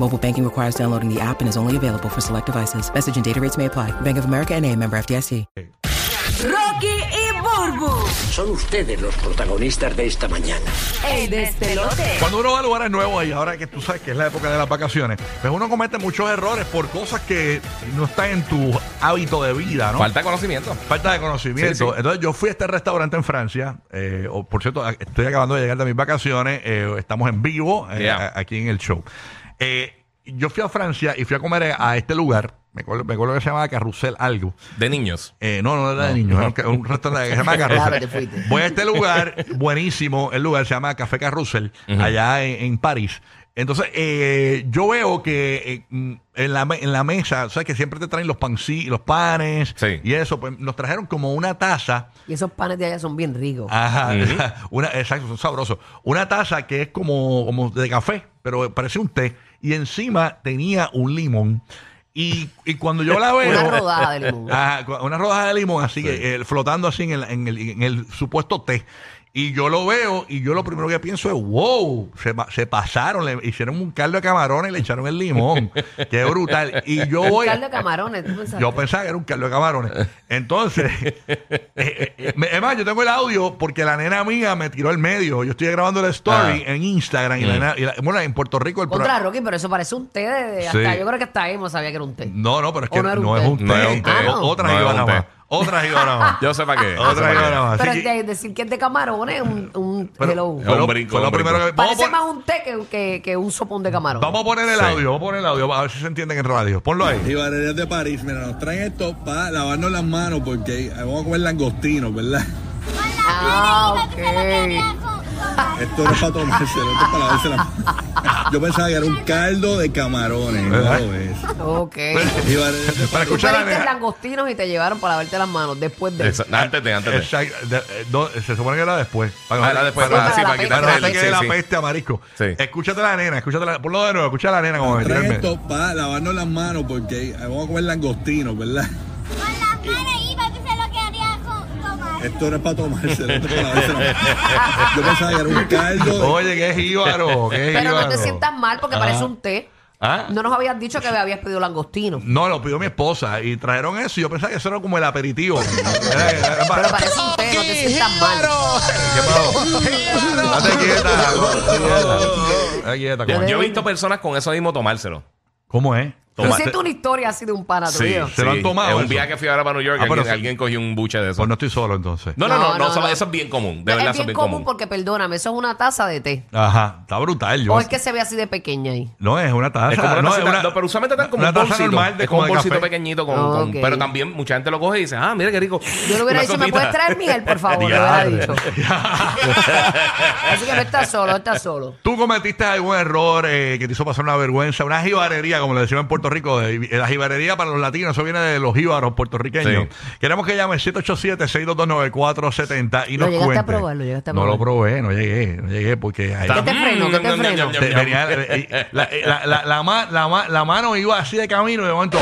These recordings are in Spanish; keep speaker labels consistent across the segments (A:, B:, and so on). A: Mobile banking requires downloading the app and is only available for select devices. Message and data rates may apply. Bank of America and a member FDIC.
B: Rocky y Burbu,
C: Son ustedes los protagonistas de esta mañana.
B: el despelote.
D: Cuando uno va a lugares nuevos y ahora que tú sabes que es la época de las vacaciones, pues uno comete muchos errores por cosas que no están en tu hábito de vida, ¿no?
E: Falta de conocimiento.
D: Falta de conocimiento.
E: Sí, sí.
D: Entonces yo fui a este restaurante en Francia, eh, o, por cierto, a- estoy acabando de llegar de mis vacaciones, eh, estamos en vivo eh,
E: Yeah.
D: a- aquí en el show. Eh, yo fui a Francia y fui a comer a este lugar, me acuerdo, me acuerdo que se llamaba Carrusel algo.
E: De niños.
D: Eh, no, no era de niños, era un ca- un, restaurante que se llama Carrusel. Voy a este lugar, buenísimo, el lugar se llama Café Carrusel, allá en, en París. Entonces, eh, yo veo que eh, mm, en, la, me- en la mesa, sabes que siempre te traen los pancí, los panes
E: Sí.
D: y eso, pues nos trajeron como una taza,
F: Y esos panes de allá son bien ricos.
D: ajá, una, exacto, son sabrosos, una taza que es como, como de café, pero parecía un té, y encima tenía un limón. Y, y cuando yo la veo...
F: Una rodada de limón.
D: Ajá, con Ah, una rodaja de limón así, eh, eh, flotando así en el, en, el, en el supuesto té. Y yo lo veo y yo lo primero que pienso es, wow, se, pa- se pasaron, le hicieron un caldo de camarones y le echaron el limón. Qué brutal. Y yo voy...
F: Caldo de camarones, ¿tú pensaste?
D: Yo pensaba que era un caldo de camarones. Entonces, eh, eh, eh, me- es más, yo tengo el audio porque la nena mía me tiró al medio. Yo estoy grabando la story en Instagram y la nena- y la- bueno, en Puerto Rico el
F: Contra
D: programa...
F: Rocky, pero eso parece un té de, de-
D: Sí.
F: hasta, yo creo que hasta Emo sabía que era un té.
D: No, no, pero es
F: ¿O
D: que
F: no era un
D: no es
F: té?
D: un té.
E: No es un té.
D: Ah, no. Otras
E: No es un
D: iban a
E: té.
D: más. Otras iban a más.
E: Yo sepa que. yo
D: Otra
E: sepa
D: vez
E: que-
D: nada más.
F: pero
D: Así que-
F: de- decir que es de camarones es un, un
D: pero-
F: hello.
D: fue lo-
E: Un brinco,
D: fue lo
E: un brinco.
D: primero que- vamos, a
F: Parece
D: pon-
F: más un té que, que, que un sopón de camarón.
D: vamos a poner el
E: Sí.
D: audio, vamos a poner el audio, a ver si se entienden en radio. Ponlo ahí.
G: Ibarerías de París, mira, nos traen esto para lavarnos las manos porque vamos a comer langostinos, ¿verdad?
F: Ah, ok.
G: Esto no es para tomárselo, esto es para lavarse las manos. Yo pensaba que era un caldo de camarones,
D: ¿Verdad?
G: ¿no? Es.
F: Ok.
G: Ibarerías de París.
D: Para
F: Tú
D: escuchar a la
F: pediste
D: nena.
F: langostinos y te llevaron para lavarte las manos después de
E: Esa- Antes de, antes de.
D: Exacto, de- eh, no, se supone que era después.
E: Ah, era después,
D: para,
F: para- sí,
D: para,
F: para quitarle
D: no se
F: el-
D: quede
E: sí,
D: la
E: sí.
D: peste a marisco.
E: Sí.
D: Escúchate a la nena, escúchate la, ponlo de nuevo, escucha a la nena como me
G: Nos traen
D: tirarme.
G: esto para lavarnos las manos porque vamos a comer langostinos, ¿verdad? Esto no es para tomárselo, esto es para lavarse las manos. Yo pensaba que era un caldo de
D: Oye, qué jíbaro, qué
F: Pero
D: jíbaro.
F: no te sientas mal porque parece un té.
E: Ah.
F: No nos habías dicho que habías pedido langostino.
D: No, lo pidió mi esposa y trajeron eso y yo pensaba que eso era como el aperitivo. Eh, Era- era-
F: Pero parece un té, no te sientas mal.
D: ¿Qué pasó? Date quieta. no, Date quieta.
E: Yo,
D: comadre.
E: yo he visto personas con eso mismo tomárselo.
D: ¿Cómo es?
F: Tú sientes una historia así de un pana tuyo.
D: ¿Se lo han tomado
E: En un
D: eso?
E: viaje que fui ahora para New York,
D: Ah, pero
E: alguien,
D: sí.
E: alguien cogió un buche de eso.
D: Pues no
E: No,
D: estoy solo entonces.
E: no, no, no,
F: No, no,
E: eso-
F: no.
E: eso es bien común. De
F: Es
E: verdad,
F: bien,
E: eso es bien
F: común,
E: común.
F: porque, perdóname, eso es una taza de té.
D: Ajá, está brutal. Yo
F: O es que se ve así de pequeña ahí.
D: No, es una taza.
E: Es como una
D: no,
E: tacita-
D: es una-
E: no, pero usualmente están como
D: una
E: un
D: taza
E: bolsito.
D: normal de
E: es como un
D: como de
E: bolsito
D: café.
E: pequeñito. Con, con-
F: Ok.
E: pero también mucha gente lo coge y dice, ah, mira qué rico.
F: Yo le
E: Una
F: hubiera dicho, ¿me
E: sopita.
F: puedes traer Miguel, por favor? Le hubiera dicho. Así que no está solo, no está solo.
D: Tú cometiste algún error eh, que te hizo pasar una vergüenza, una jibarería, como le decimos en Puerto Rico. de- eh, la jibarería para los latinos, eso viene de los jíbaros puertorriqueños. Queremos que llamen 787-622-9470 y
F: Lo
D: nos
F: llegaste a
D: cuente.
F: probar, lo llegaste a
D: No lo
F: probar.
D: probé, no llegué, no llegué porque... ahí-
F: ¿Qué te
E: Mm,
F: frenó? ¿Qué
E: ñam,
F: te
E: ñam,
F: frenó?
E: ñam,
D: Te-
E: ñam,
D: venía- eh, la, eh, la- la- la ma- la ma- la mano iba así de camino y de momento...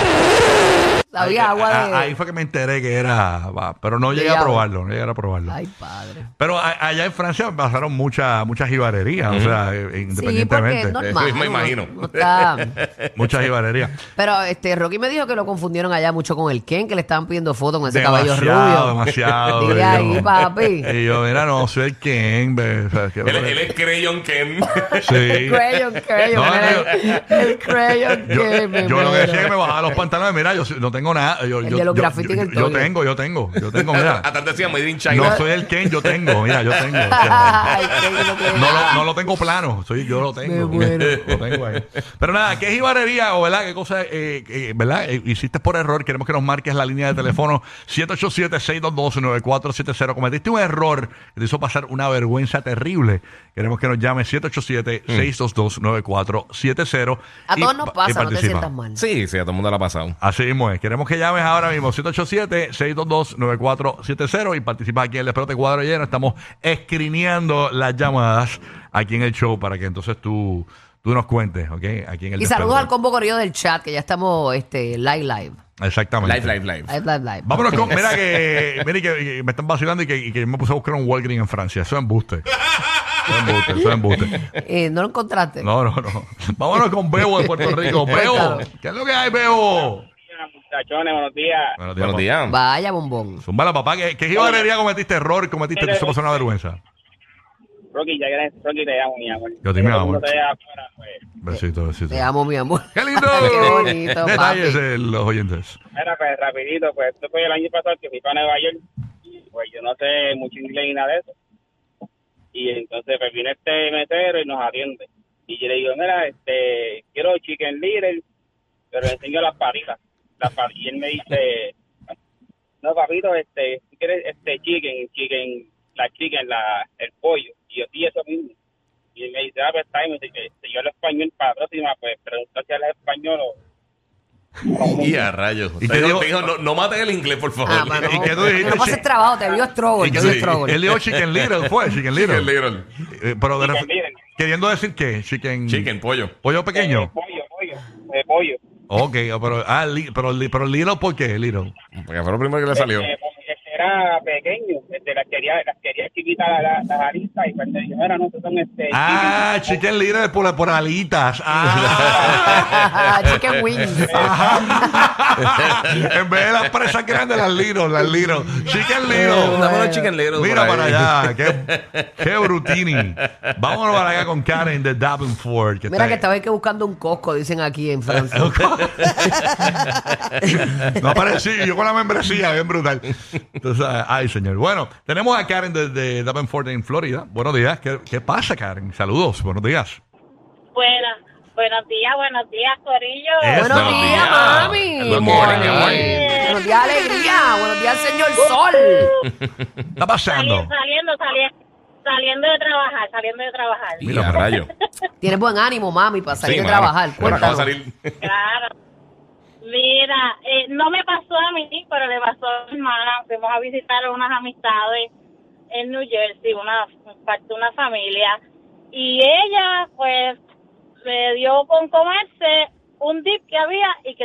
F: Había agua
D: Ah,
F: de...
D: Ahí fue que me enteré que era... va, Pero no llegué a
F: Diablo.
D: probarlo, no llegué a probarlo.
F: Ay, padre.
D: Pero a- allá en Francia pasaron muchas muchas jibarerías, o sea, eh,
F: Sí, porque es
D: independientemente.
F: normal.
E: me
F: no-
E: imagino.
F: no está-
D: muchas jibarerías.
F: Pero este, Rocky me dijo que lo confundieron allá mucho con el Ken, que le estaban pidiendo fotos con ese
D: Demasiado,
F: caballo rubio.
D: demasiado.
F: Dile
D: y
F: ahí,
D: yo-
F: papi.
D: Y yo, mira, no, soy el Ken. be- o sea, que-
E: Él, él es Crayon Ken.
D: Sí.
F: Crayon, crayon.
D: No,
F: el-
D: no, yo-
F: El crayon
D: Yo,
F: que me
D: yo lo que
F: muero.
D: decía es que me bajaba los pantalones, mira, yo soy- no tengo nada. Yo,
F: El
D: yo-
F: de los
D: yo-
F: graffiti en
D: yo-
F: el
D: yo
F: toilet.
D: tengo, yo tengo, yo tengo, mira.
E: Hasta decía Made in China.
D: No soy el Ken, yo tengo, mira, yo tengo.
F: Ay, Ken, no creo.
D: No lo, no lo tengo plano, soy, yo lo tengo.
F: Me muero.
D: Lo tengo ahí. Pero nada, ¿qué jibarería o verdad? ¿Qué cosa, eh, eh, verdad? Eh, hiciste por error, queremos que nos marques la línea de teléfono 787-622-9470. Cometiste un error que te hizo pasar una vergüenza terrible. Queremos que nos llame 787-622-9470.
F: A
D: y
F: todos nos
D: pa- y
F: pasa, no te
D: participa.
F: sientas mal.
E: Sí, sí, a todo el mundo le ha pasado.
D: Así mismo es. Queremos que llames ahora mismo 787-622-9470 y participas aquí en el Espérate Cuadro Lleno. Estamos escrineando las llamadas aquí en el show para que entonces tú, tú nos cuentes, ¿ok? Aquí en el
F: Y saludos al
D: Despelote.
F: combo corrido del chat, que ya estamos este, live, live.
D: Exactamente.
E: Live, live, live.
F: Live, live, live.
D: Vámonos con... Mira que, mira que, que me están vacilando y que, y que yo me puse a buscar un Walgreens en Francia. Eso es embuste. Eso es embuste, eso es embuste.
F: Eh, ¿No lo encontraste?
D: No, no, no. Vámonos con Bebo de Puerto Rico. Bebo.
F: Cuéntalo.
D: ¿Qué es lo que hay, Bebo?
H: Muchachones, buenos días.
E: Buenos días.
F: Vaya bombón.
D: Zumba la papá, ¿qué, qué jibarería cometiste error? ¿Cometiste? Te hizo pasar una vergüenza.
H: Rocky, ya que eres Rocky, te llamo, mi amor.
D: Yo te mi
H: Todo el
D: amor.
H: mundo te llama afuera, pues.
D: Besito, besito.
F: Te amo, mi amor.
D: ¡Qué lindo!
F: Qué bonito,
D: Detalles
F: papi.
D: de los oyentes.
H: Mira, pues rapidito, pues esto fue el año pasado que fui para Nueva York. Pues yo no sé mucho inglés ni nada de eso. Y entonces pues viene este mesero y nos atiende. Y yo le digo, mira, este, quiero chicken little, pero le enseño las paritas. Las par- y él me dice, no, papito, este, ¿tú quieres este chicken, chicken, la chicken, la, el pollo? Y yo, sí, eso mismo. Y él me dice, ah, pues está, y me dice, que si yo hablo español para la próxima, pues pregunta si hablas español o...
E: Y a rayos.
D: Y
E: Y
D: te
E: te
D: digo-
E: dijo, no, no mates el inglés, por favor.
F: Ah, mano.
D: ¿Y qué tú dijiste?
F: No pases trabajo, te vio Strogol,
D: ¿Y
F: te
D: qué
F: vio
D: di-
F: Strogol.
D: Él dijo Chicken Little, fue Chicken Little.
E: Chicken little.
D: Eh, pero de
H: Chicken
D: ref-
H: Little.
D: queriendo decir que Chicken.
E: Chicken, pollo.
D: Pollo
H: Eh,
D: pequeño.
H: pollo, pollo, eh, pollo.
D: Ok, pero, ah, li- pero, li- pero Little, ¿por qué? Little.
E: Porque fue lo primero que le salió.
H: Eh, porque era pequeño, este, las quería, las quería chiquitas la- la- las aristas y pues te dijeron, "Mira, no, estos son
I: Eh,
H: este...
D: Ah,
H: chiquitos".
D: Chicken Little por, por alitas. Ah.
F: Chicken wings.
D: Ajá. en vez de las presas grandes, las Little, las Little.
F: Eh,
D: Chicken Little.
E: Dámelo chicken little.
D: Mira
E: por
D: para
E: ahí.
D: allá, qué, qué brutini. Vámonos para allá con Karen de Davenport. Que
F: Mira que
D: está-
F: estaba que buscando un cosco, dicen aquí en Francia.
D: No aparecí, yo con la membresía, bien brutal. Entonces, ay, señor. Bueno, tenemos a Karen desde Davenport en Florida. Buenos días. ¿Qué, qué pasa, Karen? Saludos, buenos días.
J: Buenas, buenos días, buenos días, Corillo.
D: Eso.
F: Buenos días, mami.
E: Good morning, good
D: morning.
F: Buenos días, alegría. Buenos días, señor Sol.
D: ¿Qué
J: Salí-
D: está pasando?
J: saliendo, saliendo, saliendo de trabajar, saliendo de trabajar.
E: Y a rayos.
F: Tienes buen ánimo, mami, para salir
E: Sí,
F: a
E: mano.
F: trabajar.
E: Ahora acabo de
F: Cuéntanos.
E: salir.
J: Claro. Mira, eh, no me pasó a mí, pero le pasó a mi hermana. Fuimos a visitar unas amistades en New Jersey, una parte de una familia. Y ella, pues, le dio con comerse un dip que había y que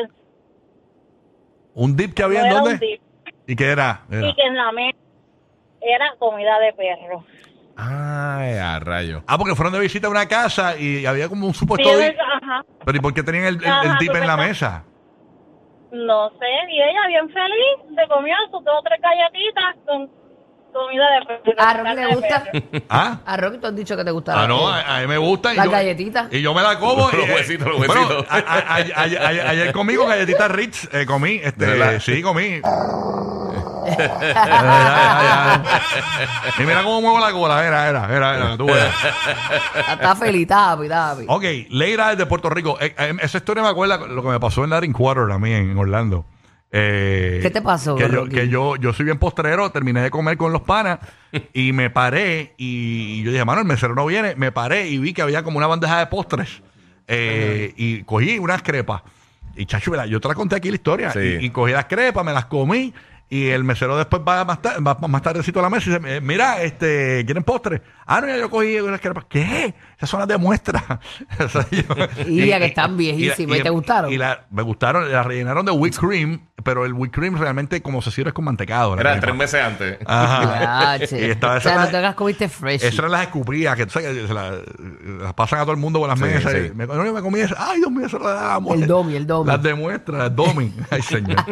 D: ¿Un dip que había
J: no
D: en
J: era un
D: dónde?
J: dip.
D: ¿Y qué era? Era.
J: Y que en la mesa era comida de perro.
E: Ay, a rayos.
D: Ah, porque fueron de visita a una casa y había como un supuesto
J: Tienes-
D: dip.
J: ajá.
D: Pero ¿y por qué tenían el, el- el
J: Ajá,
D: dip en la
J: supuesto.
D: mesa?
J: No sé, y ella bien feliz, se comió sus dos o tres galletitas con comida de perro.
F: A Rocky le gusta.
D: ¿Ah?
F: A Rocky tú has dicho que te gusta.
D: Ah,
F: la-
D: no, a, a mí me gusta.
F: Las galletitas.
D: Y yo me la como.
E: Los
D: y, eh,
E: huesitos, los huesitos.
D: bueno, a- a- a- a- ayer, ayer comí con galletitas Ritz. eh, comí, este,
E: ¿De verdad?
D: sí, comí. Ya, ya, ya. Y mira cómo muevo la cola. Era, era, era, era. Tú veas. eh,
F: Está feliz, tapi, tapi.
D: Ok, Leira es de Puerto Rico. Eh, eh, esa historia me acuerda lo que me pasó en Latin Quarter a mí en Orlando. Eh,
F: ¿Qué te pasó,
D: Que, yo,
F: Rocky?
D: que yo, yo soy bien postrero, terminé de comer con los panas y me paré y, y yo dije, mano, el mesero no viene. Me paré y vi que había como una bandeja de postres eh, y cogí unas crepas. Y chacho, me la- yo te la conté aquí la historia.
E: Sí.
D: Y, y cogí las crepas, me las comí y el mesero después va más, tarde va más tardecito a la mesa y dice, "Eh, mira, este, ¿quieren postre? Ah, no, ya yo cogí unas crepas. ¿Qué? Esas son las de muestra. O sea, yo-
F: Y ya que están viejísimas, ¿y te gustaron?
D: Y la- Ah, me gustaron, las rellenaron de whipped cream, pero el whipped cream realmente como se sirve es con mantecado. la
E: Era
D: crepa.
E: tres meses antes.
D: Ajá.
F: Ya, che.
D: Y estaba
F: o sea,
D: esa-
F: no te hagas comiste fresh.
D: Esas eran las escupidas que tú sabes que se la- las pasan a todo el mundo por las
E: Sí,
D: mesas.
E: sí.
D: Me, no, yo me comí esa. Ay, Dios mío, eso la damos.
F: El domi, el domi.
D: Las demuestra, el domi. Ay, señor.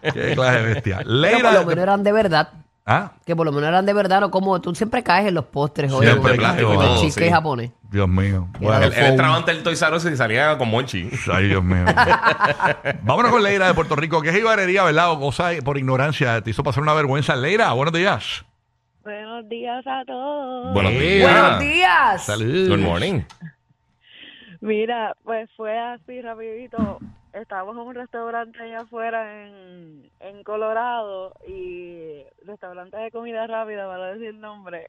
D: Qué clase de bestia.
F: Pero
D: Leira.
F: por lo menos eran de verdad.
D: ¿Ah?
F: Que por lo menos eran de verdad, o como tú siempre caes en los postres o
D: Siempre, oh,
F: en el-
D: plástico y
F: en el
D: todo,
F: cheesecake
E: sí.
F: japonés.
D: Dios mío.
E: Él,
D: Bueno,
E: él entraba ante el Toy Saros y salía con Monchi.
D: Ay, Dios mío. Vámonos con Leira de Puerto Rico, que es ibarería, ¿verdad? O cosa por ignorancia. Te hizo pasar una vergüenza. Leira, buenos días.
I: Buenos días a todos.
E: Buenos días.
F: Ah. Buenos días.
D: Ah. Salud.
E: Good morning.
I: Mira, pues fue así rapidito. Estábamos en un restaurante allá afuera en, en Colorado y restaurante de comida rápida, para decir el nombre.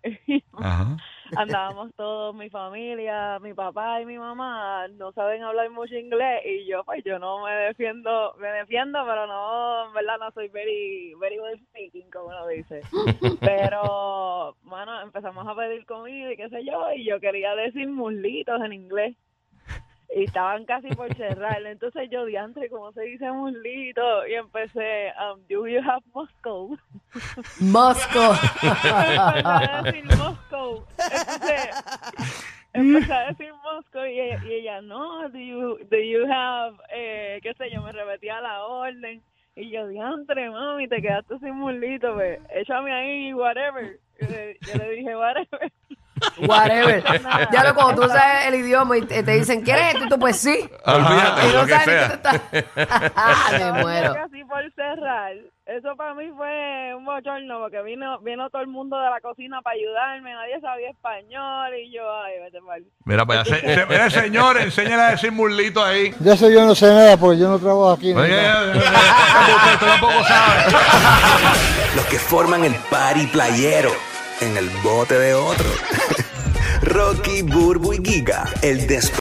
D: Ajá.
I: Andábamos todos, mi familia, mi papá y mi mamá, no saben hablar mucho inglés y yo pues yo no me defiendo, me defiendo, pero no, en verdad no soy very, very well speaking, como lo dice. Pero, mano, empezamos a pedir comida y qué sé yo, y yo quería decir muslitos en inglés. Y estaban casi por cerrar. Entonces yo diantre, ¿cómo se dice muslito? Y empecé, um, do you have Moscow?
F: Mosco.
I: empecé a decir Moscow. Entonces, empecé a decir Moscow y ella, y ella, no, do you, do you have, eh, qué sé yo, me repetía la orden. Y yo, diantre, mami, te quedaste sin mulito, pues, échame ahí, whatever. Yo le, yo le dije, whatever.
F: Whatever. ya lo cuando tú sabes el idioma y te, te dicen, ¿quieres esto? Y tú, pues sí.
D: Ah,
E: Olvídate,
F: Y no
E: lo que
F: sabes ni
E: sea.
F: qué te está- Ah, me muero.
I: Casi por cerrar. Eso para mí fue un bochorno porque vino, vino todo el mundo de la cocina para ayudarme. Nadie sabía español y yo, ay, vete mal.
D: Mira, para allá. Se- se- mira, Eh, señor, enséñale a decir mulito ahí. Eh,
K: De eso yo no sé nada porque yo no trabajo aquí.
D: Oye, oye, oye, oye, tú eh, tampoco sabes.
L: Los que forman el party playero en el bote de otro. Rocky, Burbu y Giga, el despelote.